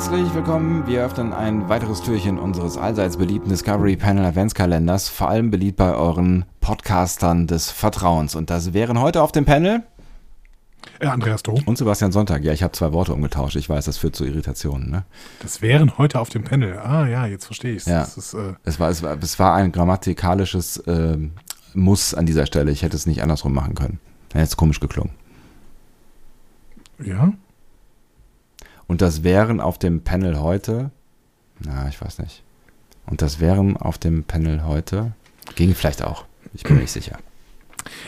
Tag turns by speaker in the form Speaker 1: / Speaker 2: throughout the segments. Speaker 1: willkommen. Wir öffnen ein weiteres Türchen unseres allseits beliebten Discovery Panel Adventskalenders, vor allem beliebt bei euren Podcastern des Vertrauens. Und das wären heute auf dem Panel
Speaker 2: Äh, Andreas Dom,
Speaker 1: und Sebastian Sonntag. Ja, ich habe zwei Worte umgetauscht. Ich weiß, das führt zu Irritationen. Ne?
Speaker 2: das wären heute auf dem Panel. Ah ja, jetzt verstehe ich
Speaker 1: Ja.
Speaker 2: Das ist, äh,
Speaker 1: Es, war, es, war, es war ein grammatikalisches ähm, Muss an dieser Stelle. Ich hätte es nicht andersrum machen können. Dann hätte es komisch geklungen.
Speaker 2: ja,
Speaker 1: Und das wären auf dem Panel heute. Na, ich weiß nicht. Und das wären auf dem Panel heute. Ging vielleicht auch. Ich bin mir nicht sicher.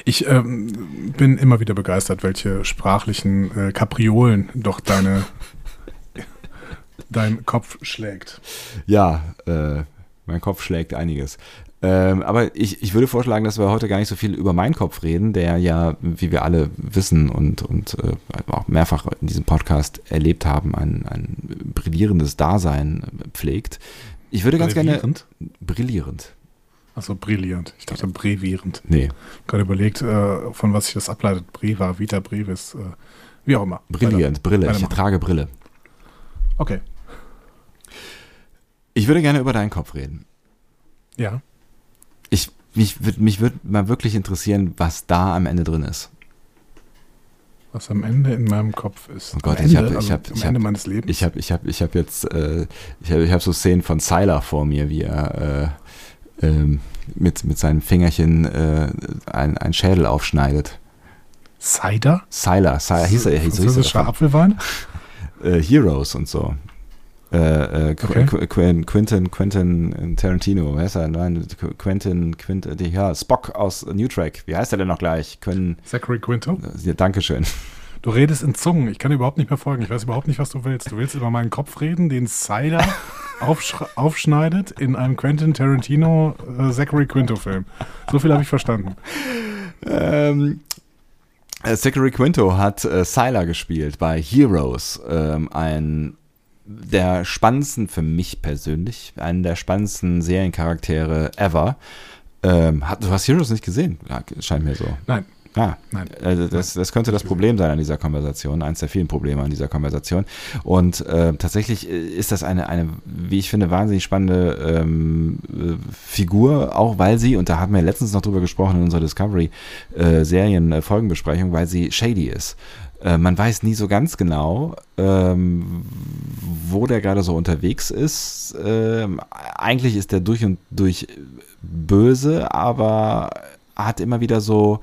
Speaker 2: ich ähm, bin immer wieder begeistert, welche sprachlichen äh, Kapriolen doch deine dein Kopf schlägt.
Speaker 1: Ja, äh, mein Kopf schlägt einiges. Ähm, aber ich, ich würde vorschlagen, dass wir heute gar nicht so viel über meinen Kopf reden, der ja, wie wir alle wissen und, und äh, auch mehrfach in diesem Podcast erlebt haben, ein, ein brillierendes Dasein pflegt. Ich würde ganz gerne
Speaker 2: Brevierend?
Speaker 1: brillierend.
Speaker 2: Also brillierend. Ich dachte brevierend.
Speaker 1: Nee,
Speaker 2: Gerade überlegt, äh, von was sich das ableitet. Breva, Vita Brevis, äh, wie auch immer.
Speaker 1: brillierend, Brille. Ich
Speaker 2: weitermachen.
Speaker 1: trage Brille.
Speaker 2: Weiter. Okay.
Speaker 1: Ich würde gerne über deinen Kopf reden.
Speaker 2: Ja.
Speaker 1: Ich, mich würde mich würd mal wirklich interessieren, was da am Ende drin ist.
Speaker 2: Was am Ende in meinem Kopf ist.
Speaker 1: Oh Gott,
Speaker 2: am
Speaker 1: ich
Speaker 2: Ende,
Speaker 1: hab- ich
Speaker 2: also
Speaker 1: hab-
Speaker 2: am
Speaker 1: ich
Speaker 2: Ende
Speaker 1: hab-
Speaker 2: meines Lebens.
Speaker 1: Ich habe ich hab, ich hab jetzt äh, ich hab, ich hab so Szenen von Sylar vor mir, wie er äh, ähm, mit, mit seinen Fingerchen äh, ein, ein Schädel aufschneidet.
Speaker 2: Cider?
Speaker 1: Sylar, Sylar hieß er, hieß, so hieß er
Speaker 2: Französischer
Speaker 1: davon.
Speaker 2: Apfelwein?
Speaker 1: äh, Heroes und so. Äh, äh, Qu
Speaker 2: Okay.
Speaker 1: Qu Quen- Quentin, Quentin äh, Tarantino, wer ist er? Nein, Qu- Quentin, Quentin, die- ja, Spock aus New Track. Wie heißt er denn noch gleich? Quentin, äh,
Speaker 2: Zachary Quinto?
Speaker 1: ja, Dankeschön.
Speaker 2: Du redest in Zungen. Ich kann dir überhaupt nicht mehr folgen. Ich weiß überhaupt nicht, was du willst. Du willst über meinen Kopf reden, den Cider aufsch- aufschneidet in einem Quentin Tarantino äh, Zachary Quinto-Film. So viel habe ich verstanden.
Speaker 1: Ähm, äh, Zachary Quinto hat äh, Sylar gespielt bei Heroes, ähm, ein der spannendsten für mich persönlich, einen der spannendsten Seriencharaktere ever. Ähm, hat, du hast Heroes nicht gesehen, Ja, scheint mir so.
Speaker 2: Nein,
Speaker 1: Ah,
Speaker 2: nein.
Speaker 1: also das, das könnte das Problem sein an dieser Konversation, eins der vielen Probleme an dieser Konversation. Und äh, tatsächlich äh, ist das eine, eine, wie ich finde, wahnsinnig spannende ähm, äh, Figur, auch weil sie, und da haben wir letztens noch drüber gesprochen in unserer Discovery-Serien-Folgenbesprechung, weil sie shady ist. Äh, Man weiß nie so ganz genau, ähm, wo der gerade so unterwegs ist. Ähm, eigentlich ist der durch und durch böse, aber hat immer wieder so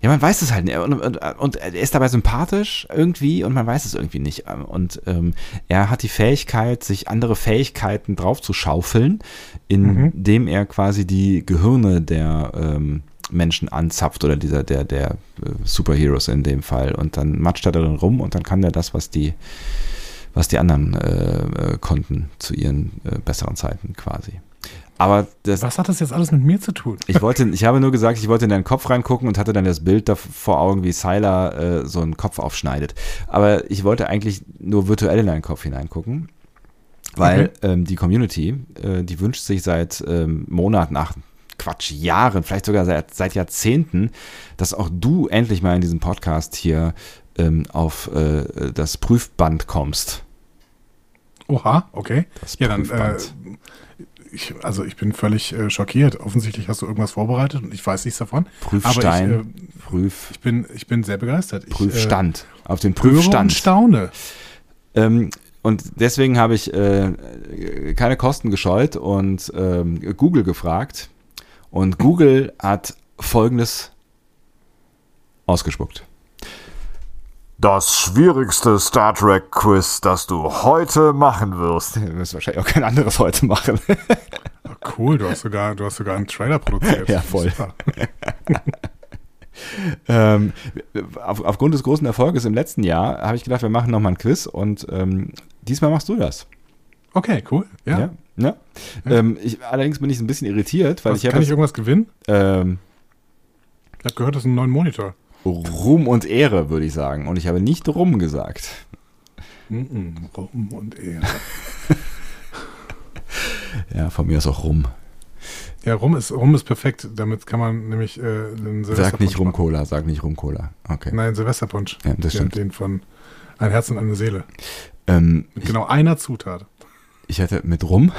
Speaker 1: ja, man weiß es halt nicht. Und, und, und er ist dabei sympathisch irgendwie und man weiß es irgendwie nicht. Und ähm, er hat die Fähigkeit, sich andere Fähigkeiten draufzuschaufeln,
Speaker 2: Mhm.
Speaker 1: indem er quasi die Gehirne der ähm, Menschen anzapft oder dieser der der äh, Superheroes in dem Fall. Und dann matscht er darin rum und dann kann er das, was die was die anderen äh, äh, konnten zu ihren äh, besseren Zeiten quasi. Aber das
Speaker 2: Was hat das jetzt alles mit mir zu tun?
Speaker 1: ich wollte, ich habe nur gesagt, ich wollte in deinen Kopf reingucken und hatte dann das Bild da vor Augen, wie Sylar äh, so einen Kopf aufschneidet. Aber ich wollte eigentlich nur virtuell in deinen Kopf hineingucken, weil ähm, die Community, äh, die wünscht sich seit ähm, Monaten, ach Quatsch, Jahren, vielleicht sogar seit, seit Jahrzehnten, dass auch du endlich mal in diesem Podcast hier ähm, auf äh, das Prüfband kommst.
Speaker 2: Oha, okay.
Speaker 1: Das
Speaker 2: Ja, dann, äh, ich, also ich bin völlig äh, schockiert. Offensichtlich hast du irgendwas vorbereitet und ich weiß nichts davon.
Speaker 1: Prüfstein,
Speaker 2: Aber ich, äh,
Speaker 1: Prüf,
Speaker 2: ich, bin, ich bin sehr begeistert. Ich,
Speaker 1: Prüfstand. auf den
Speaker 2: Äh, höre und
Speaker 1: Prüfstand.
Speaker 2: staune.
Speaker 1: Ähm, und deswegen habe ich äh, keine Kosten gescheut und ähm, Google gefragt. Und Google hat Folgendes ausgespuckt.
Speaker 3: Das schwierigste Star Trek Quiz, das du heute machen wirst.
Speaker 1: Wir müssen wahrscheinlich auch kein anderes heute machen.
Speaker 2: Cool, du hast sogar, du hast sogar einen Trailer produziert.
Speaker 1: Ja, voll.
Speaker 2: Super.
Speaker 1: ähm, auf, aufgrund des großen Erfolges im letzten Jahr habe ich gedacht, wir machen nochmal ein Quiz und ähm, diesmal machst du das.
Speaker 2: Okay, cool. Ja.
Speaker 1: Ja. ja? Ähm, ich, allerdings bin ich ein bisschen irritiert, weil
Speaker 2: Was,
Speaker 1: ich
Speaker 2: kann
Speaker 1: habe
Speaker 2: ich irgendwas gewinnen?
Speaker 1: ähm,
Speaker 2: Ich habe gehört, das ist ein neuen Monitor.
Speaker 1: Ruhm und Ehre, würde ich sagen. Und ich habe nicht Ruhm gesagt. Mm,
Speaker 2: Mhm, Rum und Ehre.
Speaker 1: Ja, von mir ist auch rum.
Speaker 2: Ja, Rum ist, Rum ist perfekt. Damit kann man nämlich äh, den Silvesterpunsch
Speaker 1: Sag nicht
Speaker 2: machen.
Speaker 1: Rum-Cola, sag nicht Rum-Cola. Okay.
Speaker 2: Nein, Silvesterpunsch.
Speaker 1: Ja, das
Speaker 2: Ne. Ja,
Speaker 1: stimmt.
Speaker 2: Den von Ein Herz und eine Seele.
Speaker 1: Ähm,
Speaker 2: Mit genau einer Zutat.
Speaker 1: ich hätte mit Rum.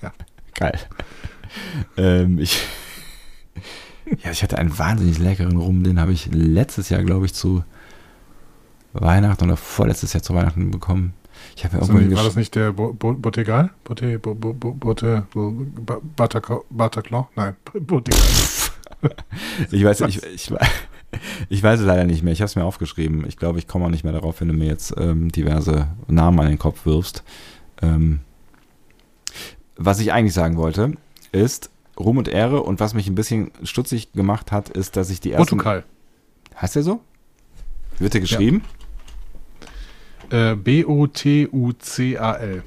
Speaker 2: Ja.
Speaker 1: Geil. ähm, ich. Ja, ich hatte einen wahnsinnig leckeren Rum, den habe ich letztes Jahr, glaube ich, zu Weihnachten oder vorletztes Jahr zu Weihnachten bekommen. Ich habe ja
Speaker 2: So,
Speaker 1: irgendwann
Speaker 2: war
Speaker 1: gesch-
Speaker 2: das nicht der Bo- Bo- Botegal? Bote, Bo- Bo- Bo- Bote, Bo- Ba- Bataclan? Bataclan? Nein, Botegal.
Speaker 1: Ich weiß, ich, ich, ich weiß es leider nicht mehr. Ich habe es mir aufgeschrieben. Ich glaube, ich komme auch nicht mehr darauf, wenn du mir jetzt ähm, diverse Namen an den Kopf wirfst. Ähm, was ich eigentlich sagen wollte, ist Ruhm und Ehre. Und was mich ein bisschen stutzig gemacht hat, ist, dass ich die ersten.
Speaker 2: Botukal.
Speaker 1: Heißt der so? Wird der geschrieben?
Speaker 2: Äh, B-O-T-U-C-A-L.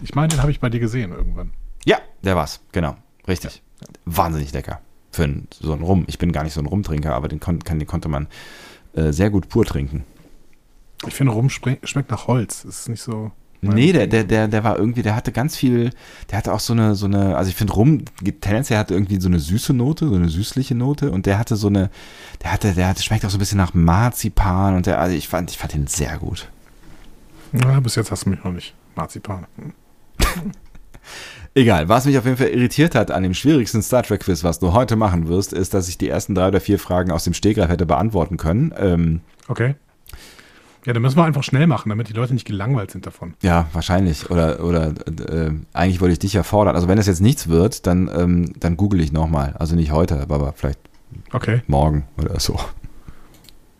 Speaker 2: Ich meine, den habe ich bei dir gesehen irgendwann.
Speaker 1: Ja, der war's. Genau. Richtig. Wahnsinnig lecker. Für einen, so einen Rum. Ich bin gar nicht so ein Rumtrinker, aber den, kon kann, den konnte man äh, sehr gut pur trinken.
Speaker 2: Ich finde, Rum spre- schmeckt nach Holz. Es Ist nicht so.
Speaker 1: Nee, der, der, der, der war irgendwie, der hatte ganz viel, der hatte auch so eine, so eine, also ich finde rum, tendenziell hatte irgendwie so eine süße Note, so eine süßliche Note und der hatte so eine, der hatte, der hatte, schmeckt auch so ein bisschen nach Marzipan und der, also ich fand, ich fand den sehr gut.
Speaker 2: Na, bis jetzt hast du mich noch nicht. Marzipan.
Speaker 1: Egal, was mich auf jeden Fall irritiert hat an dem schwierigsten Star Trek Quiz, was du heute machen wirst, ist, dass ich die ersten drei oder vier Fragen aus dem Stegreif hätte beantworten können. Ähm,
Speaker 2: Okay. Ja, dann müssen wir einfach schnell machen, damit die Leute nicht gelangweilt sind davon.
Speaker 1: ja, wahrscheinlich. Oder, oder äh, eigentlich wollte ich dich ja fordern. Also wenn das jetzt nichts wird, dann, ähm, dann google ich nochmal. Also nicht heute, aber vielleicht
Speaker 2: Okay.
Speaker 1: morgen oder so.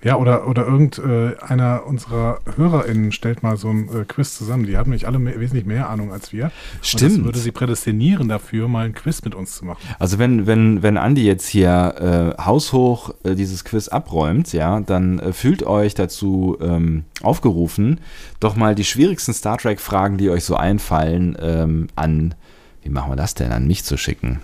Speaker 2: Ja, oder, oder irgendeiner unserer HörerInnen stellt mal so ein äh, Quiz zusammen. Die haben nämlich alle mehr, wesentlich mehr Ahnung als wir. Und das
Speaker 1: Stimmt.
Speaker 2: würde sie prädestinieren dafür, mal ein Quiz mit uns zu machen.
Speaker 1: Also wenn, wenn, wenn Andi jetzt hier äh, haushoch äh, dieses Quiz abräumt, ja, dann äh, fühlt euch dazu ähm, aufgerufen, doch mal die schwierigsten Star Trek-Fragen, die euch so einfallen, ähm, an, wie machen wir das denn, an mich zu schicken.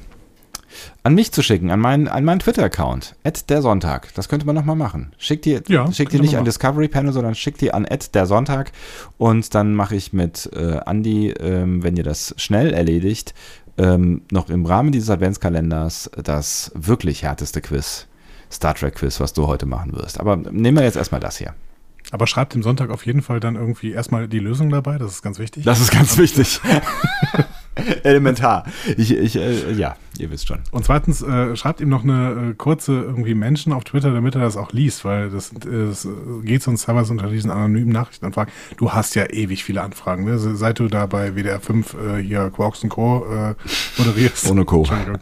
Speaker 1: An mich zu schicken, an meinen, an meinen Twitter-Account, der Sonntag. Das könnte man nochmal machen. Schickt die,
Speaker 2: Ja,
Speaker 1: schickt die nicht
Speaker 2: könnte man
Speaker 1: an
Speaker 2: machen.
Speaker 1: Discovery Panel, sondern schickt die an der Sonntag. Und dann mache ich mit äh, Andi, ähm, wenn ihr das schnell erledigt, ähm, noch im Rahmen dieses Adventskalenders das wirklich härteste Quiz, Star Trek Quiz, was du heute machen wirst. Aber nehmen wir jetzt erstmal das hier.
Speaker 2: Aber schreibt dem Sonntag auf jeden Fall dann irgendwie erstmal die Lösung dabei. Das ist ganz wichtig.
Speaker 1: Das ist ganz wichtig. Elementar. Ich, ich, äh, ja, ihr wisst schon.
Speaker 2: Und zweitens, äh, schreibt ihm noch eine äh, kurze irgendwie Menschen auf Twitter, damit er das auch liest, weil das, äh, das geht sonst teilweise unter diesen anonymen Nachrichtenanfragen. Du hast ja ewig viele Anfragen, ne? Se- Seit du da bei WDR 5 äh, hier Quarks und Co. Äh, moderierst.
Speaker 1: Ohne Co.
Speaker 2: Entschuldigung.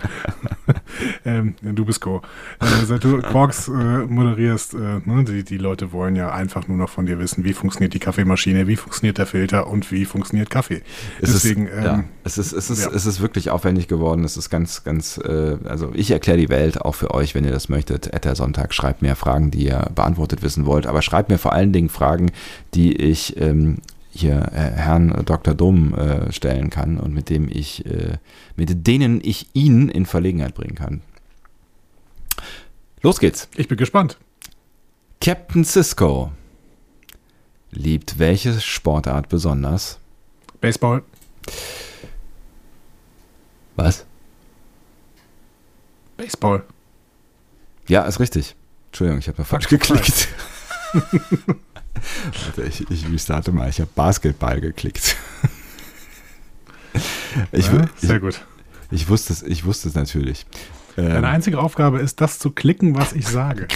Speaker 2: ähm, du bist Co. Äh, seit du Quarks äh, moderierst, äh, ne? die, die Leute wollen ja einfach nur noch von dir wissen, wie funktioniert die Kaffeemaschine, wie funktioniert der Filter und wie funktioniert Kaffee. Deswegen,
Speaker 1: ist,
Speaker 2: ähm,
Speaker 1: ja, es, ist, es, ist,
Speaker 2: ja.
Speaker 1: es ist wirklich aufwendig geworden. Es ist ganz, ganz, äh, also ich erkläre die Welt auch für euch, wenn ihr das möchtet. At der Sonntag, schreibt mir Fragen, die ihr beantwortet wissen wollt. Aber schreibt mir vor allen Dingen Fragen, die ich ähm, hier äh, Herrn Dr. Dom äh, stellen kann und mit dem ich, äh, mit denen ich ihn in Verlegenheit bringen kann. Los geht's.
Speaker 2: ich bin gespannt.
Speaker 1: Captain Cisco liebt welche Sportart besonders?
Speaker 2: Baseball.
Speaker 1: Was?
Speaker 2: Baseball.
Speaker 1: Ja, ist richtig. Entschuldigung, ich habe da falsch geklickt. Warte, ich, ich restarte mal. Ich habe Basketball geklickt. Ich, wu-
Speaker 2: ja, sehr gut.
Speaker 1: ich, ich, wusste es, ich wusste es natürlich.
Speaker 2: Deine
Speaker 1: Ähm,
Speaker 2: einzige Aufgabe ist, das zu klicken, was ich sage.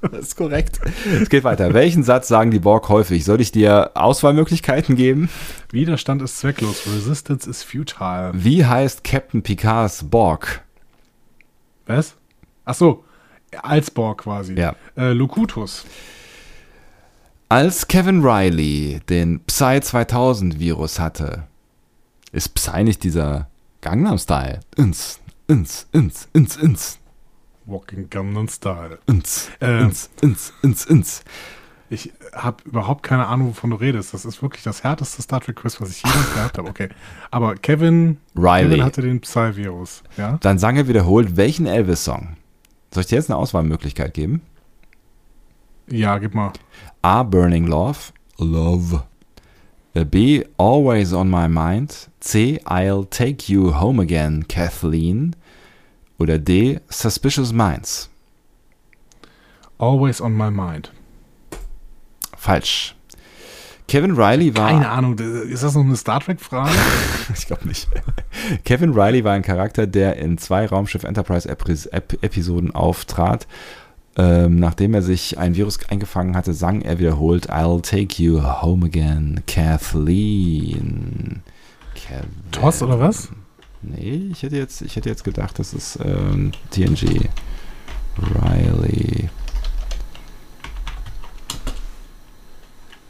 Speaker 1: das ist korrekt. Ähm, Es geht weiter. Welchen Satz sagen die Borg häufig? Soll ich dir Auswahlmöglichkeiten geben?
Speaker 2: Widerstand ist zwecklos. Resistance is futile.
Speaker 1: Wie heißt Captain Picards Borg?
Speaker 2: Was? Ach so, Alsborg quasi.
Speaker 1: Ja.
Speaker 2: Äh, Locutus.
Speaker 1: Als Kevin Riley den Psy 2000 Virus hatte, ist Psy nicht dieser Gangnam Style? Ins, ins, ins, ins, ins,
Speaker 2: Walking Gunman Style.
Speaker 1: ins,
Speaker 2: Ähm.
Speaker 1: ins, ins, ins, ins.
Speaker 2: Ich habe überhaupt keine Ahnung, wovon du redest. Das ist wirklich das härteste Star Trek Quiz, was ich jemals gehabt habe. Okay. Aber Kevin,
Speaker 1: Riley.
Speaker 2: Kevin hatte den Psy-Virus. Ja?
Speaker 1: Dann sang er wiederholt welchen Elvis-Song? Soll ich dir jetzt eine Auswahlmöglichkeit geben?
Speaker 2: ja, gib mal.
Speaker 1: A. Burning Love. Love. Äh, B. Always on my mind. C. I'll take you home again, Kathleen. Oder D. Suspicious Minds.
Speaker 2: Always on my mind.
Speaker 1: Falsch. Kevin Riley war.
Speaker 2: Keine Ahnung, ist das noch eine Star Trek-Frage?
Speaker 1: ich glaube nicht. Kevin Riley war ein Charakter, der in zwei Raumschiff Enterprise-Episoden auftrat. Ähm, nachdem er sich ein Virus eingefangen hatte, sang er wiederholt I'll take you home again, Kathleen. Kevin.
Speaker 2: Toss oder was?
Speaker 1: Nee, ich hätte jetzt, ich hätte jetzt gedacht, das ist ähm, TNG. Riley.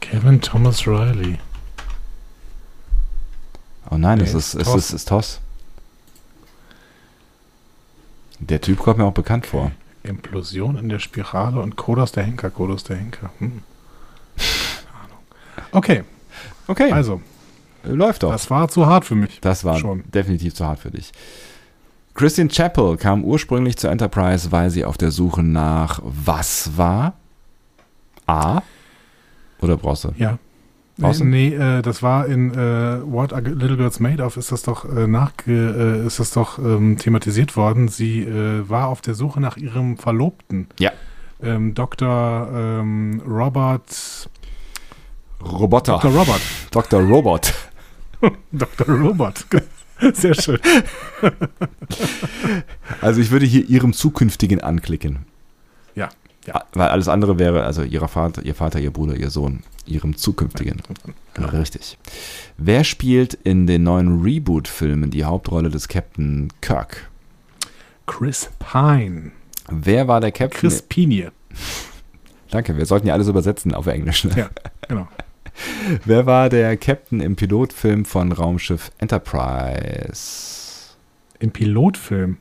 Speaker 2: Kevin Thomas Riley.
Speaker 1: Oh nein,
Speaker 2: Nee,
Speaker 1: es ist, es
Speaker 2: Toss.
Speaker 1: ist, es ist Toss. Der Typ kommt mir auch bekannt vor.
Speaker 2: Implosion in der Spirale und Kodos der Henker, Kodos der Henker. Hm. Keine Ahnung. Okay,
Speaker 1: Okay,
Speaker 2: also,
Speaker 1: läuft doch.
Speaker 2: das war zu hart für mich.
Speaker 1: Das war
Speaker 2: Schon.
Speaker 1: definitiv zu hart für dich. Christian Chappell kam ursprünglich zur Enterprise, weil sie auf der Suche nach was war? A? Oder brauchst du?
Speaker 2: Ja.
Speaker 1: Brauchst du?
Speaker 2: Nee, nee äh, das war in äh, What Are Little Girls Made Of, ist das doch, äh, nachge äh, ist das doch ähm, thematisiert worden. Sie äh, war auf der Suche nach ihrem Verlobten.
Speaker 1: Ja.
Speaker 2: Ähm, Dr. Ähm, Robert.
Speaker 1: Roboter.
Speaker 2: Dr. Robert.
Speaker 1: Dr. Robot.
Speaker 2: Dr. Robert. Sehr schön.
Speaker 1: Also ich würde hier ihrem zukünftigen anklicken.
Speaker 2: Ja, ja.
Speaker 1: A- Weil alles andere wäre, also ihrer Vater, ihr Vater, ihr Bruder, ihr Sohn, ihrem zukünftigen. Genau, Richtig. Wer spielt in den neuen Reboot-Filmen die Hauptrolle des Captain Kirk?
Speaker 2: Chris Pine.
Speaker 1: Wer war der Captain?
Speaker 2: Chris Pine.
Speaker 1: Danke, wir sollten ja alles übersetzen auf Englisch. Ne?
Speaker 2: Ja, genau.
Speaker 1: Wer war der Captain im Pilotfilm von Raumschiff Enterprise?
Speaker 2: Im Pilotfilm.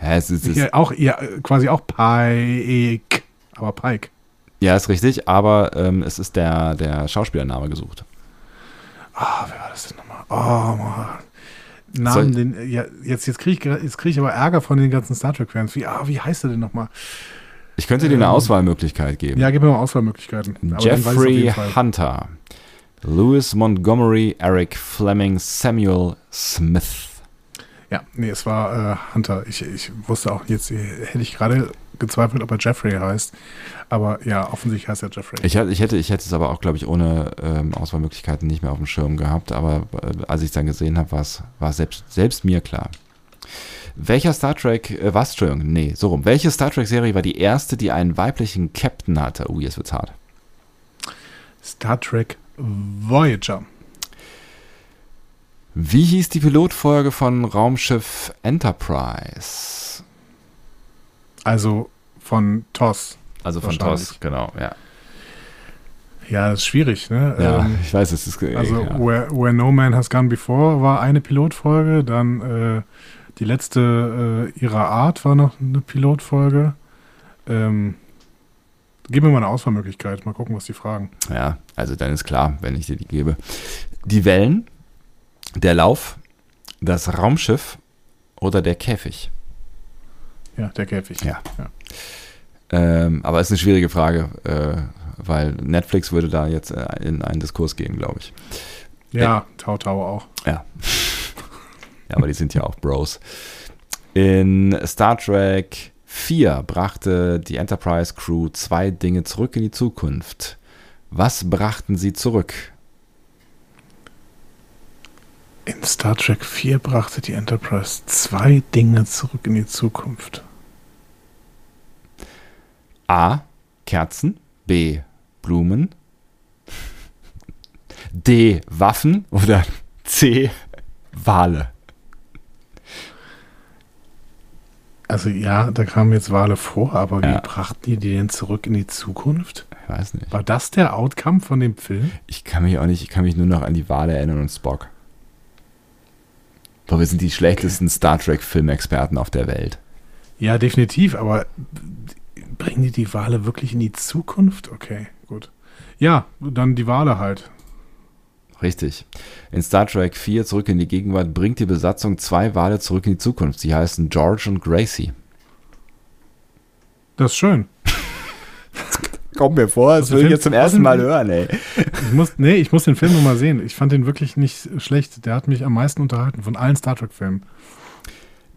Speaker 1: Ja, es ist, es ist,
Speaker 2: Ja, auch, ja, äh, quasi auch Pike. Aber Pike.
Speaker 1: ja, ist richtig, aber ähm, es ist der, der Schauspielername gesucht.
Speaker 2: Ah, wer war das denn nochmal? Oh, Mann. Namen, den, ja, jetzt, jetzt kriege ich, gra- jetzt krieg ich aber Ärger von den ganzen Star Trek-Fans. Wie, ah, wie heißt er denn nochmal?
Speaker 1: Ich könnte dir eine
Speaker 2: Ähm,
Speaker 1: Auswahlmöglichkeit geben.
Speaker 2: Ja, gib mir mal Auswahlmöglichkeiten. Aber dann weiß ich's auf
Speaker 1: Jeffrey
Speaker 2: jeden Fall.
Speaker 1: Hunter, Lewis Montgomery, Eric Fleming, Samuel Smith.
Speaker 2: Ja, nee, es war äh, Hunter. Ich, ich wusste auch jetzt, äh, hätte ich gerade gezweifelt, ob er Jeffrey heißt. Aber ja, offensichtlich heißt er Jeffrey.
Speaker 1: Ich, hätte- ich, hätte, ich hätte es aber auch, glaube ich, ohne ähm, Auswahlmöglichkeiten nicht mehr auf dem Schirm gehabt, aber äh, als ich es dann gesehen habe, war es war es selbst, selbst mir klar. Welcher Star Trek, äh, was, Entschuldigung, nee, so rum. Welche Star Trek-Serie war die erste, die einen weiblichen Captain hatte? Uh, jetzt wird's hart.
Speaker 2: Star Trek Voyager.
Speaker 1: Wie hieß die Pilotfolge von Raumschiff Enterprise?
Speaker 2: Also von TOS.
Speaker 1: Also von
Speaker 2: Wahrscheinlich.
Speaker 1: TOS, genau, ja.
Speaker 2: Ja, das ist schwierig, ne?
Speaker 1: ja
Speaker 2: Ähm,
Speaker 1: ich weiß, es ist. äh,
Speaker 2: also
Speaker 1: ja.
Speaker 2: where, where No Man Has Gone Before war eine Pilotfolge, dann äh, die letzte äh, ihrer Art war noch eine Pilotfolge. Ähm, gib mir mal eine Auswahlmöglichkeit, mal gucken, was die fragen.
Speaker 1: Ja, also dann ist klar, wenn ich dir die gebe. Die Wellen, der Lauf, das Raumschiff oder der Käfig.
Speaker 2: Ja, der Käfig.
Speaker 1: Ja. Ähm, aber ist eine schwierige Frage, äh, weil Netflix würde da jetzt äh, in einen Diskurs gehen, glaube ich.
Speaker 2: Ja, Tau Tau auch.
Speaker 1: Ja, aber die sind ja auch Bros. In Star Trek 4 brachte die Enterprise Crew zwei Dinge zurück in die Zukunft. Was brachten sie zurück?
Speaker 2: In Star Trek 4 brachte die Enterprise zwei Dinge zurück in die Zukunft.
Speaker 1: A. Kerzen. B. Blumen. D. Waffen. Oder C. Wale.
Speaker 2: Also ja, da kamen jetzt Wale vor, aber
Speaker 1: Ja.
Speaker 2: wie brachten die die denn zurück in die Zukunft?
Speaker 1: Ich weiß nicht.
Speaker 2: War das der Outcome von dem Film?
Speaker 1: Ich kann mich auch nicht, ich kann mich nur noch an die Wale erinnern und Spock. Boah, wir sind die schlechtesten Star Trek-Filmexperten auf der Welt.
Speaker 2: Ja, definitiv, aber bringen die die Wale wirklich in die Zukunft? Okay, gut. Ja, dann die Wale halt.
Speaker 1: Richtig. In Star Trek 4 zurück in die Gegenwart bringt die Besatzung zwei Wale zurück in die Zukunft. Sie heißen George und Gracie.
Speaker 2: Das ist schön.
Speaker 1: kommt mir vor, als
Speaker 2: Also
Speaker 1: würde ich
Speaker 2: den-
Speaker 1: jetzt zum ersten Mal hören, ey.
Speaker 2: Ich muss, nee, ich muss den Film noch mal sehen. Ich fand den wirklich nicht schlecht. Der hat mich am meisten unterhalten von allen Star Trek-Filmen.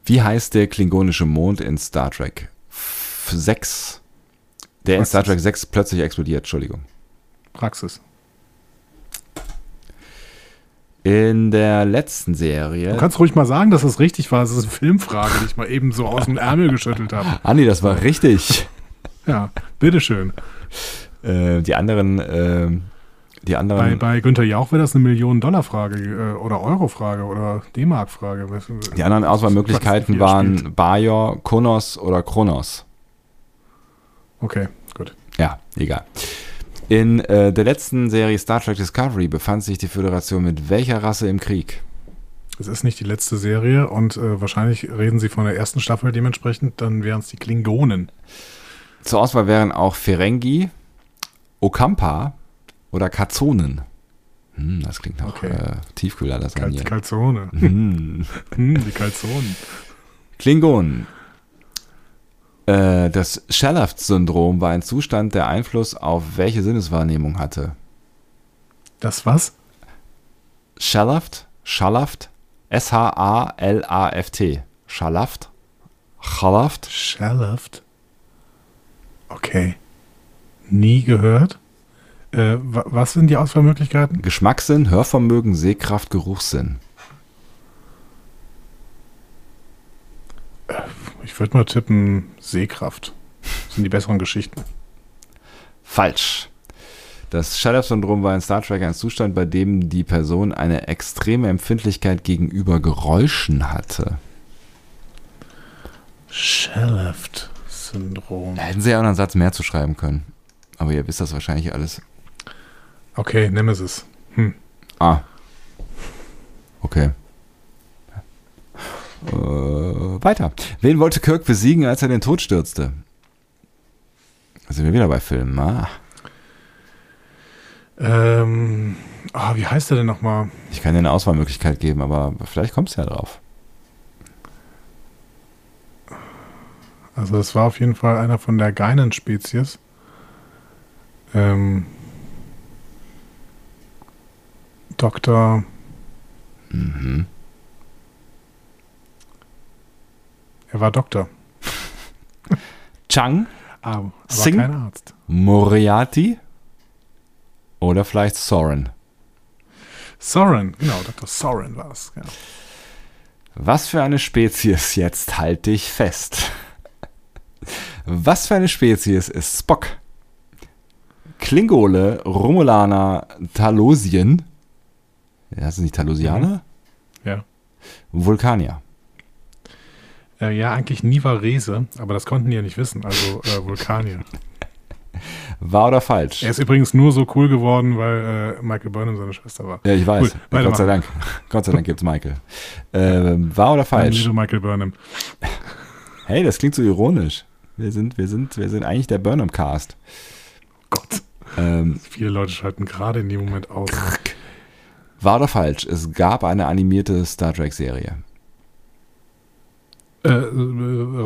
Speaker 1: Wie heißt der klingonische Mond in Star Trek 6? Der in
Speaker 2: Praxis.
Speaker 1: Star Trek 6 plötzlich explodiert, Entschuldigung.
Speaker 2: Praxis.
Speaker 1: In der letzten Serie.
Speaker 2: Du kannst ruhig mal sagen, dass das richtig war. Es ist eine Filmfrage, die ich mal eben so aus dem Ärmel geschüttelt habe.
Speaker 1: Andi, das war richtig.
Speaker 2: Ja, bitteschön.
Speaker 1: äh, die anderen, ähm, die
Speaker 2: Bei,
Speaker 1: anderen.
Speaker 2: bei Günther Jauch wäre das eine Millionen-Dollar-Frage äh, oder Euro-Frage oder D-Mark-Frage. Weißt du?
Speaker 1: die anderen Auswahlmöglichkeiten
Speaker 2: Was hat
Speaker 1: waren Bajor, Konos oder Kronos.
Speaker 2: Okay, gut.
Speaker 1: Ja, egal. In äh, der letzten Serie Star Trek Discovery befand sich die Föderation mit welcher Rasse im Krieg?
Speaker 2: Es ist nicht die letzte Serie und äh, wahrscheinlich reden sie von der ersten Staffel dementsprechend, dann wären es die Klingonen.
Speaker 1: Zur Auswahl wären auch Ferengi, Okampa oder Kazonen. Hm, das klingt nach
Speaker 2: Okay.
Speaker 1: äh,
Speaker 2: Kal
Speaker 1: Tiefkühler-Lasagne.
Speaker 2: Kalzone.
Speaker 1: Hm.
Speaker 2: Hm, die Kalzonen.
Speaker 1: Klingonen. Äh, das Sherlock-Syndrom war ein Zustand, der Einfluss auf welche Sinneswahrnehmung hatte.
Speaker 2: Das was?
Speaker 1: Schalaft, Schalaft, S-H-A-L-A-F-T. Schalaft, Chalaft.
Speaker 2: Shallowed. Okay. Nie gehört. Äh, wa was sind die Auswahlmöglichkeiten?
Speaker 1: Geschmackssinn, Hörvermögen, Sehkraft, Geruchssinn.
Speaker 2: Ich würde mal tippen, Sehkraft. Das sind die besseren Geschichten.
Speaker 1: Falsch. Das Shalaft-Syndrom war in Star Trek ein Zustand, bei dem die Person eine extreme Empfindlichkeit gegenüber Geräuschen hatte.
Speaker 2: Shallowed-Syndrom.
Speaker 1: Da hätten sie ja auch noch einen Satz mehr zu schreiben können. Aber ihr wisst das wahrscheinlich alles.
Speaker 2: Okay, Nemesis.
Speaker 1: Ah. Okay. Äh, weiter. Wen wollte Kirk besiegen, als er den Tod stürzte? Da sind wir wieder bei Filmen. Ah,
Speaker 2: Ähm, ah, wie heißt der denn nochmal?
Speaker 1: ich kann dir eine Auswahlmöglichkeit geben, aber vielleicht kommst du ja drauf.
Speaker 2: Also es war auf jeden Fall einer von der Geinen-Spezies. Ähm, Dr.
Speaker 1: Mhm.
Speaker 2: Er war Doktor.
Speaker 1: Chang,
Speaker 2: Aber, aber
Speaker 1: Sing?
Speaker 2: kein Arzt.
Speaker 1: Moriarty oder vielleicht Soren.
Speaker 2: Soren, genau, Dr. Soren war es. genau. Ja.
Speaker 1: Was für eine Spezies, jetzt halt dich fest. Was für eine Spezies ist Spock? Klingole, Romulaner, Talosien. Ja, sind die Talosianer?
Speaker 2: Ja.
Speaker 1: Vulkanier.
Speaker 2: Äh, ja, eigentlich Nivarese, aber das konnten die ja nicht wissen, also äh, Vulkanier.
Speaker 1: Wahr oder falsch?
Speaker 2: Er ist übrigens nur so cool geworden, weil äh, Michael Burnham seine Schwester war.
Speaker 1: ja, ich weiß.
Speaker 2: Cool, weitermachen.
Speaker 1: Gott sei Dank. Gott sei Dank gibt's Michael. Ähm, wahr oder falsch?
Speaker 2: Liebe Michael Burnham.
Speaker 1: Hey, das klingt so ironisch. Wir sind, wir sind, wir sind eigentlich der Burnham-Cast.
Speaker 2: Gott,
Speaker 1: Ähm,
Speaker 2: viele Leute schalten gerade in dem Moment aus.
Speaker 1: War oder falsch? Es gab eine animierte Star Trek-Serie.
Speaker 2: Äh, äh,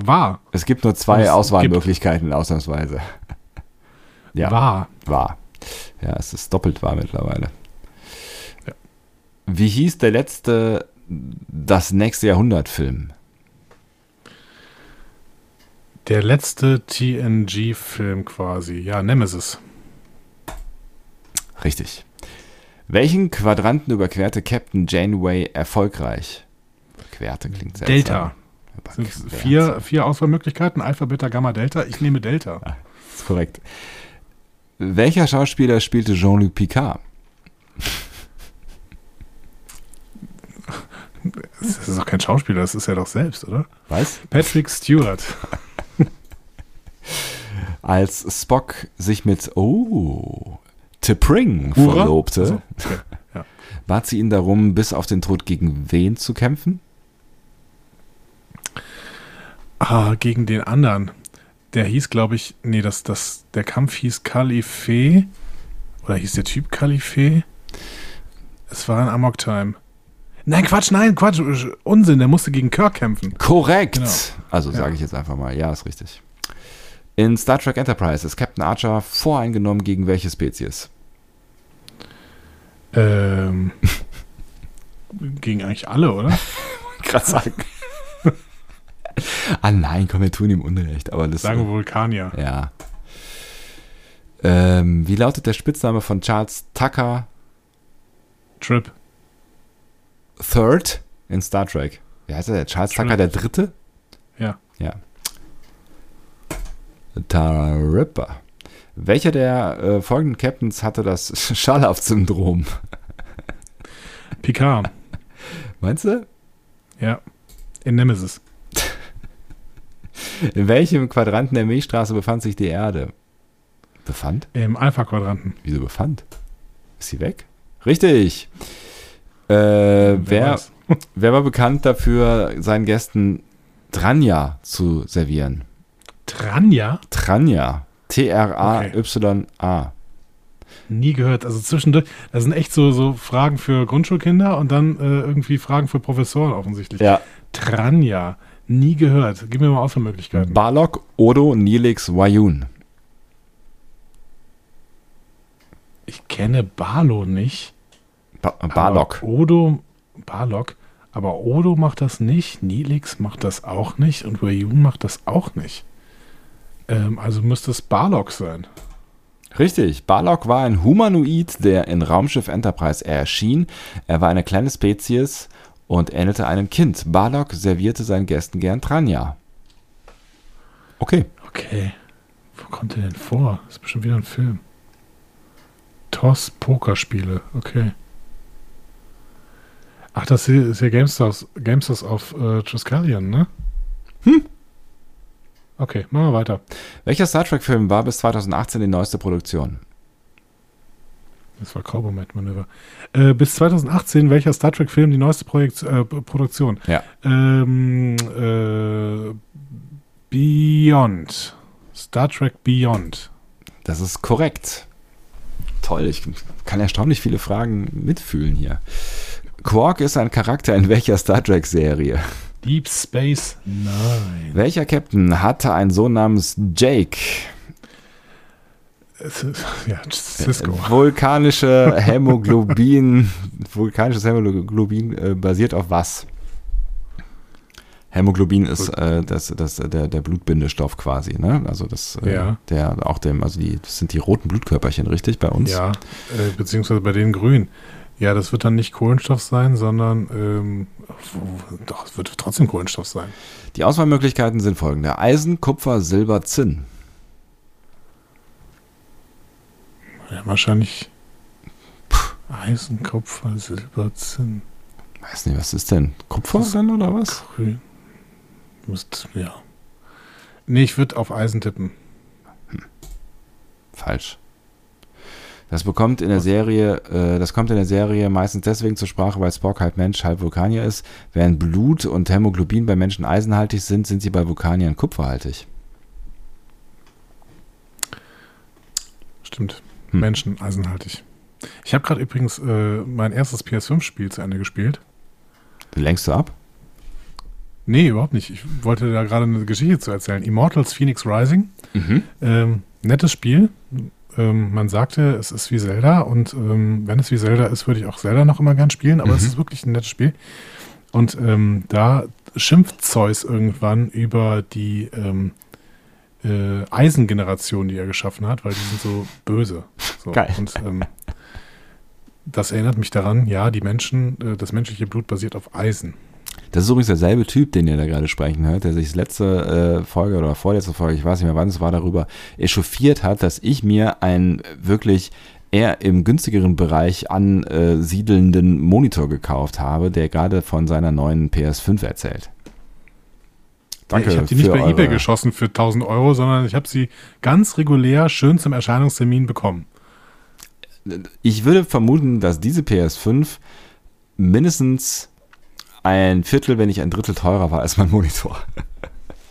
Speaker 2: war,
Speaker 1: Es gibt nur zwei
Speaker 2: Es
Speaker 1: Auswahlmöglichkeiten, ausnahmsweise. Ja, war.
Speaker 2: war.
Speaker 1: Ja, es ist doppelt wahr mittlerweile. Wie hieß der letzte Das nächste Jahrhundert-Film?
Speaker 2: Der letzte TNG-Film quasi. Ja, Nemesis.
Speaker 1: Richtig. Welchen Quadranten überquerte Captain Janeway erfolgreich? Querte klingt sehr
Speaker 2: Delta.
Speaker 1: seltsam.
Speaker 2: Sind vier, vier Auswahlmöglichkeiten. Alpha, Beta, Gamma, Delta. Ich nehme Delta.
Speaker 1: Ist korrekt. Welcher Schauspieler spielte Jean-Luc Picard?
Speaker 2: Das ist doch kein Schauspieler, das ist er doch selbst, oder?
Speaker 1: Was?
Speaker 2: Patrick Stewart.
Speaker 1: als Spock sich mit oh, T'Pring
Speaker 2: Uhura?
Speaker 1: verlobte,
Speaker 2: Also, okay.
Speaker 1: bat sie ihn darum, bis auf den Tod gegen wen zu kämpfen?
Speaker 2: Ah, gegen den anderen. Der hieß, glaube ich, nee, das, das, der Kampf hieß Kalife. Oder hieß der Typ Kalife? Es war ein Amok-Time. Nein, Quatsch, nein, Quatsch, Unsinn, der musste gegen Kirk kämpfen.
Speaker 1: Korrekt!
Speaker 2: Genau.
Speaker 1: Also
Speaker 2: Ja.
Speaker 1: sage ich jetzt einfach mal, ja, ist richtig. In Star Trek Enterprise ist Captain Archer voreingenommen gegen welche Spezies?
Speaker 2: Ähm, gegen eigentlich alle, oder?
Speaker 1: Krass sagen. ah nein, komm, wir tun ihm Unrecht. Aber das
Speaker 2: Sagen wir Vulkanier.
Speaker 1: Ja. Ähm, wie lautet der Spitzname von Charles Tucker
Speaker 2: Trip.
Speaker 1: Third in Star Trek? Wie heißt er? denn? Charles
Speaker 2: Trip.
Speaker 1: Tucker der Dritte?
Speaker 2: Ja.
Speaker 1: Ja. Taripper. Welcher der äh, folgenden Captains hatte das Scharlaf-Syndrom?
Speaker 2: Picard.
Speaker 1: Meinst du?
Speaker 2: Ja. In Nemesis.
Speaker 1: In welchem Quadranten der Milchstraße befand sich die Erde? Befand?
Speaker 2: Im Alpha-Quadranten.
Speaker 1: Wieso befand? Ist sie weg? Richtig. Äh, wer, wer,
Speaker 2: weiß.
Speaker 1: war bekannt dafür, seinen Gästen Tranja zu servieren?
Speaker 2: Tranja?
Speaker 1: Tranja. T-R-A-Y-A.
Speaker 2: Nie gehört. Also zwischendurch. Das sind echt so, so Fragen für Grundschulkinder und dann äh, irgendwie Fragen für Professoren offensichtlich.
Speaker 1: Ja.
Speaker 2: Tranja. Nie gehört. Gib mir mal Auswahlmöglichkeiten.
Speaker 1: Barlog, Odo, Nilix, Wayun.
Speaker 2: ich kenne Barlo nicht.
Speaker 1: Ba Barlog.
Speaker 2: Aber Odo, Barlock. Aber Odo macht das nicht, Nilix macht das auch nicht und Wayun macht das auch nicht. Ähm, also müsste es Barlock sein.
Speaker 1: Richtig, Barlog war ein Humanoid, der in Raumschiff Enterprise erschien. Er war eine kleine Spezies und ähnelte einem Kind. Barlog servierte seinen Gästen gern Tranja. Okay.
Speaker 2: Okay. Wo kommt der denn vor? Ist bestimmt wieder ein Film. Toss Pokerspiele. Okay. Ach, das hier ist ja Gamestars, Gamestars auf äh, Triskelion, ne? Hm. Okay, machen wir weiter.
Speaker 1: Welcher Star Trek-Film war bis 2018 die neueste Produktion?
Speaker 2: Das war Cowboy Mad Manöver. Äh, bis 2018, welcher Star Trek-Film die neueste Projekt, äh, P- Produktion?
Speaker 1: Ja.
Speaker 2: Ähm, äh, Beyond. Star Trek Beyond.
Speaker 1: Das ist korrekt. Toll, ich kann erstaunlich viele Fragen mitfühlen hier. Quark ist ein Charakter in welcher Star Trek-Serie?
Speaker 2: Deep Space Nine.
Speaker 1: Welcher Captain hatte einen Sohn namens Jake?
Speaker 2: Es ist- Ja, Cisco.
Speaker 1: äh, Vulkanische Hämoglobin. vulkanisches Hämoglobin äh, basiert auf was? Hämoglobin ist äh, das, das, der, der Blutbindestoff quasi, ne? Also das, äh,
Speaker 2: Ja.
Speaker 1: der auch dem, also die, das sind die roten Blutkörperchen, richtig, bei uns?
Speaker 2: Ja, äh, beziehungsweise bei den Grünen. Ja, das wird dann nicht Kohlenstoff sein, sondern ähm, wo- doch, es wird trotzdem Kohlenstoff sein.
Speaker 1: Die Auswahlmöglichkeiten sind folgende: Eisen, Kupfer, Silber, Zinn.
Speaker 2: Ja, wahrscheinlich Eisen, Kupfer, Silber, Zinn.
Speaker 1: Weiß nicht, was ist denn? Kupfer
Speaker 2: Das-
Speaker 1: dann oder was?
Speaker 2: Grün. Müsst, ja. Nee, ich würde auf Eisen tippen.
Speaker 1: Falsch. Das bekommt in der Serie, äh, das kommt in der Serie meistens deswegen zur Sprache, weil Spock halb Mensch, halb Vulkanier ist. Während Blut und Hämoglobin bei Menschen eisenhaltig sind, sind sie bei Vulkaniern kupferhaltig.
Speaker 2: Stimmt.
Speaker 1: Hm.
Speaker 2: Menschen, eisenhaltig. Ich habe gerade übrigens äh, mein erstes PS5-Spiel zu Ende gespielt.
Speaker 1: Lenkst du ab?
Speaker 2: Nee, überhaupt nicht. Ich wollte da gerade eine Geschichte zu erzählen. Immortals Phoenix Rising. Ähm, nettes Spiel. Ähm, man sagte, es ist wie Zelda und ähm, wenn es wie Zelda ist, würde ich auch Zelda noch immer gern spielen, aber es
Speaker 1: Mhm.
Speaker 2: ist wirklich ein nettes Spiel. Und ähm, da schimpft Zeus irgendwann über die ähm, äh, Eisengeneration, die er geschaffen hat, weil die sind so böse. So.
Speaker 1: Geil.
Speaker 2: Und ähm, das erinnert mich daran, ja, die Menschen, äh, das menschliche Blut basiert auf Eisen.
Speaker 1: Das ist übrigens derselbe Typ, den ihr da gerade sprechen hört, der sich letzte äh, Folge oder vorletzte Folge, ich weiß nicht mehr wann es war, darüber echauffiert hat, dass ich mir einen wirklich eher im günstigeren Bereich ansiedelnden Monitor gekauft habe, der gerade von seiner neuen PS5 erzählt. Danke.
Speaker 2: ich habe die nicht
Speaker 1: für
Speaker 2: bei eBay
Speaker 1: eure-
Speaker 2: geschossen für 1000 Euro, sondern ich habe sie ganz regulär schön zum Erscheinungstermin bekommen.
Speaker 1: Ich würde vermuten, dass diese PS5 mindestens ein Viertel, wenn nicht ein Drittel teurer war als mein Monitor.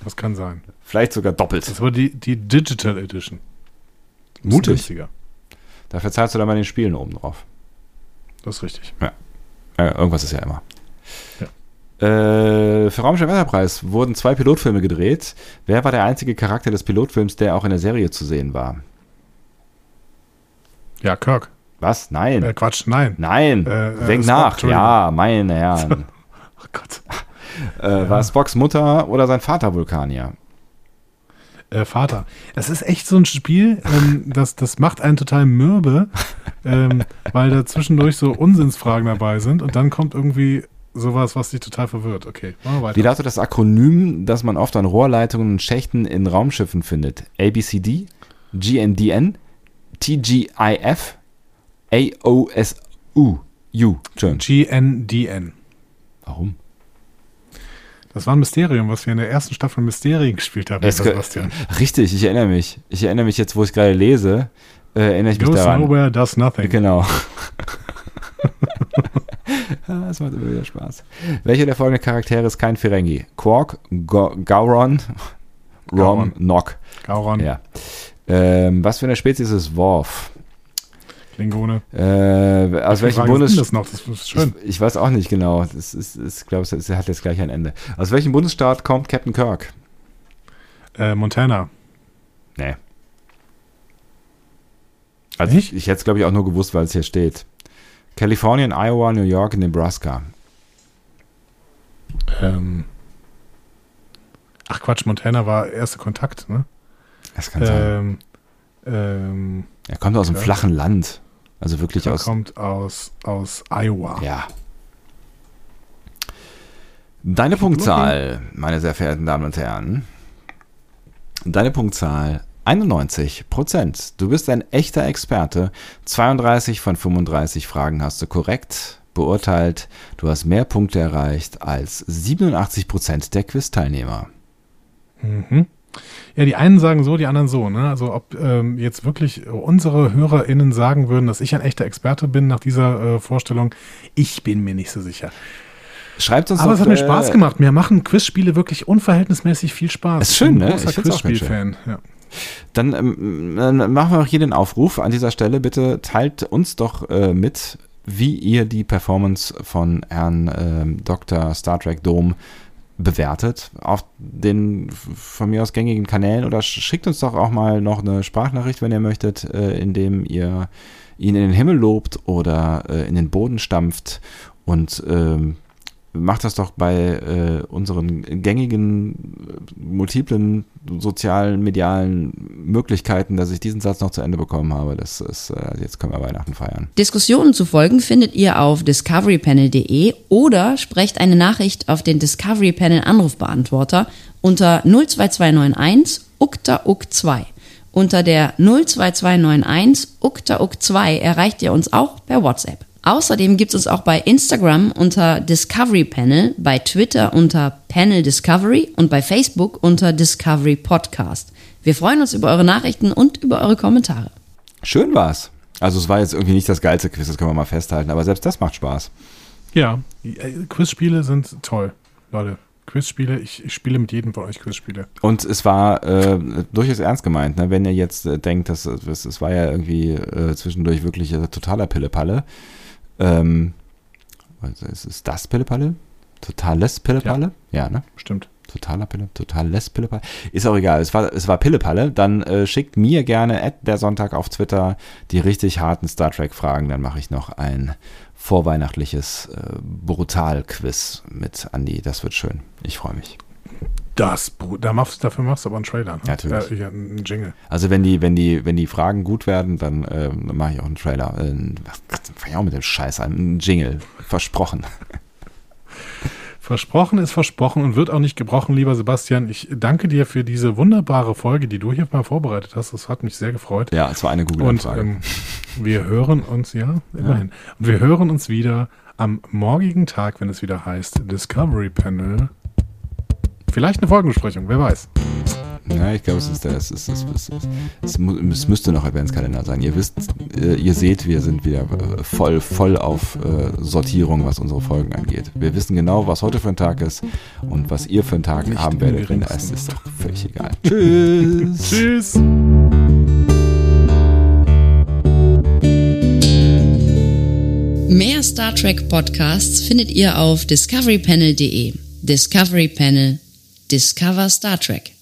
Speaker 2: Das kann sein.
Speaker 1: Vielleicht sogar doppelt.
Speaker 2: Das war die, die Digital Edition. Ist
Speaker 1: Mutig.
Speaker 2: günstiger.
Speaker 1: Dafür zahlst du dann mal den Spielen oben drauf.
Speaker 2: Das ist richtig.
Speaker 1: Äh, irgendwas ist ja immer.
Speaker 2: Ja.
Speaker 1: Äh, äh, für Raumschiff Enterprise wurden zwei Pilotfilme gedreht. Wer war der einzige Charakter des Pilotfilms, der auch in der Serie zu sehen war?
Speaker 2: Ja, Kirk.
Speaker 1: Was? Nein.
Speaker 2: Äh, Quatsch, nein.
Speaker 1: Nein.
Speaker 2: äh,
Speaker 1: Denk
Speaker 2: Spock,
Speaker 1: nach.
Speaker 2: Entschuldigung.
Speaker 1: Ja, meine Herren.
Speaker 2: Ach Gott.
Speaker 1: äh, War Spocks Mutter oder sein Vater Vulkanier?
Speaker 2: Äh, Vater. Es ist echt so ein Spiel, ähm, das, das macht einen total mürbe, ähm, weil da zwischendurch so Unsinnsfragen dabei sind und dann kommt irgendwie sowas, was dich total verwirrt. Okay, machen wir weiter.
Speaker 1: Wie lautet das Akronym, das man oft an Rohrleitungen und Schächten in Raumschiffen findet? ABCD, GNDN, TGIF, AOSU. U. Schön.
Speaker 2: GNDN.
Speaker 1: Warum?
Speaker 2: Das war ein Mysterium, was wir in der ersten Staffel Mysterien gespielt haben,
Speaker 1: Es
Speaker 2: lieber
Speaker 1: ge-
Speaker 2: Sebastian.
Speaker 1: Richtig, ich erinnere mich. Ich erinnere mich jetzt, wo ich gerade lese, äh, erinnere ich mich
Speaker 2: Goes
Speaker 1: daran.
Speaker 2: nowhere, does nothing.
Speaker 1: Genau. Ah, Es macht immer wieder Spaß. Welcher der folgenden Charaktere ist kein Ferengi? Quark, Go Gauron, Rom,
Speaker 2: Gowron.
Speaker 1: Nock.
Speaker 2: Gauron,
Speaker 1: Ja. Ähm, was für eine Spezies ist Worf?
Speaker 2: Klingone.
Speaker 1: Äh, aus
Speaker 2: Wie
Speaker 1: welchem
Speaker 2: Frage ist denn
Speaker 1: Bundesstaat?
Speaker 2: das noch? Das ist schön.
Speaker 1: Ich, ich weiß auch nicht genau. Es ist, es, glaube, es hat jetzt gleich ein Ende. Aus welchem Bundesstaat kommt Captain Kirk?
Speaker 2: Äh, Montana.
Speaker 1: Nee. Also ich,
Speaker 2: Nicht?
Speaker 1: ich hätte es, glaube ich, auch nur gewusst, weil es hier steht. Kalifornien, Iowa, New York, Nebraska.
Speaker 2: Ähm. Ach Quatsch, Montana war erster Kontakt, ne?
Speaker 1: Das kann sein.
Speaker 2: Ähm, ähm,
Speaker 1: Er kommt aus einem
Speaker 2: Kirk.
Speaker 1: flachen Land. Also wirklich
Speaker 2: er
Speaker 1: aus.
Speaker 2: kommt aus, aus Iowa.
Speaker 1: Ja. Deine Punktzahl, meine sehr verehrten Damen und Herren. Deine Punktzahl 91 Prozent. Du bist ein echter Experte. 32 von 35 Fragen hast du korrekt beurteilt. Du hast mehr Punkte erreicht als 87 Prozent der Quiz-Teilnehmer.
Speaker 2: Mhm. Ja, die einen sagen so, die anderen so. Ne? Also ob ähm, jetzt wirklich unsere HörerInnen sagen würden, dass ich ein echter Experte bin nach dieser äh, Vorstellung, ich bin mir nicht so sicher.
Speaker 1: Schreibt uns
Speaker 2: Aber
Speaker 1: auf,
Speaker 2: es hat mir
Speaker 1: äh,
Speaker 2: Spaß gemacht. Mir machen Quizspiele wirklich unverhältnismäßig viel Spaß.
Speaker 1: Ist
Speaker 2: Ich bin
Speaker 1: schön,
Speaker 2: ein
Speaker 1: ne?
Speaker 2: großer
Speaker 1: Ich find's auch ganz schön.
Speaker 2: Quizspiel-Fan. Ja.
Speaker 1: Dann ähm, dann machen wir auch hier den Aufruf an dieser Stelle. Bitte teilt uns doch äh, mit, wie ihr die Performance von Herrn ähm, Dr. Star Trek Dom bewertet auf den f- von mir aus gängigen Kanälen oder sch- schickt uns doch auch mal noch eine Sprachnachricht, wenn ihr möchtet, äh, indem ihr ihn in den Himmel lobt oder äh, in den Boden stampft und ähm, macht das doch bei äh, unseren gängigen, äh, multiplen sozialen, medialen Möglichkeiten, dass ich diesen Satz noch zu Ende bekommen habe. Das ist, äh, jetzt können wir Weihnachten feiern.
Speaker 4: Diskussionen zu folgen findet ihr auf discoverypanel.de oder sprecht eine Nachricht auf den Discovery Panel Anrufbeantworter unter 02291 ukta uk 2. Unter der 02291 ukta uk 2 erreicht ihr uns auch per WhatsApp. Außerdem gibt es uns auch bei Instagram unter Discovery Panel, bei Twitter unter Panel Discovery und bei Facebook unter Discovery Podcast. Wir freuen uns über eure Nachrichten und über eure Kommentare.
Speaker 1: Schön war's. Also es war jetzt irgendwie nicht das geilste Quiz, das können wir mal festhalten, aber selbst das macht Spaß.
Speaker 2: ja, Äh, Quizspiele sind toll, Leute. Quizspiele, ich, ich spiele mit jedem von euch Quizspiele.
Speaker 1: Und es war äh, durchaus ernst gemeint, ne? wenn ihr jetzt äh, denkt, dass äh, es es war ja irgendwie äh, zwischendurch wirklich äh, totaler Pillepalle. Ähm, also ist, ist das Pillepalle? Totales Pillepalle? ja ne?
Speaker 2: Stimmt.
Speaker 1: Totaler Pille, totales Pillepalle. Ist auch egal, es war, es war Pillepalle. Dann äh, schickt mir gerne at der Sonntag auf Twitter die richtig harten Star Trek-Fragen. Dann mache ich noch ein vorweihnachtliches äh, Brutal-Quiz mit Andi. Das wird schön. Ich freue mich.
Speaker 2: Das, Bru- da machst, dafür machst du aber einen Trailer. Ne?
Speaker 1: Ja, natürlich.
Speaker 2: Äh, ja, einen Jingle.
Speaker 1: Also wenn die, wenn die, wenn die Fragen gut werden, dann äh, mache ich auch einen Trailer. Äh, was fang ich auch mit dem Scheiß an? Ein Jingle. Versprochen.
Speaker 2: Versprochen ist versprochen und wird auch nicht gebrochen, lieber Sebastian. Ich danke dir für diese wunderbare Folge, die du hier mal vorbereitet hast. Das hat mich sehr gefreut.
Speaker 1: Ja, es war eine
Speaker 2: Und
Speaker 1: Google-Frage.
Speaker 2: ähm, wir hören uns, ja, immerhin. Und wir hören uns wieder am morgigen Tag, wenn es wieder heißt Discovery Panel. Vielleicht eine Folgenbesprechung, wer weiß.
Speaker 1: Ja, ich glaube, es ist der, es ist, es ist, es ist, es, mu es müsste noch Adventskalender sein. Ihr wisst, äh, ihr seht, wir sind wieder äh, voll, voll auf äh, Sortierung, was unsere Folgen angeht. Wir wissen genau, was heute für ein Tag ist und was ihr für einen Tag
Speaker 2: Nicht
Speaker 1: haben
Speaker 2: im
Speaker 1: werdet. Und
Speaker 2: Geringsten.
Speaker 1: Es ist doch völlig egal. Tschüss.
Speaker 2: Tschüss.
Speaker 4: Mehr Star Trek Podcasts findet ihr auf discoverypanel.de. Discovery Panel Discover Star Trek.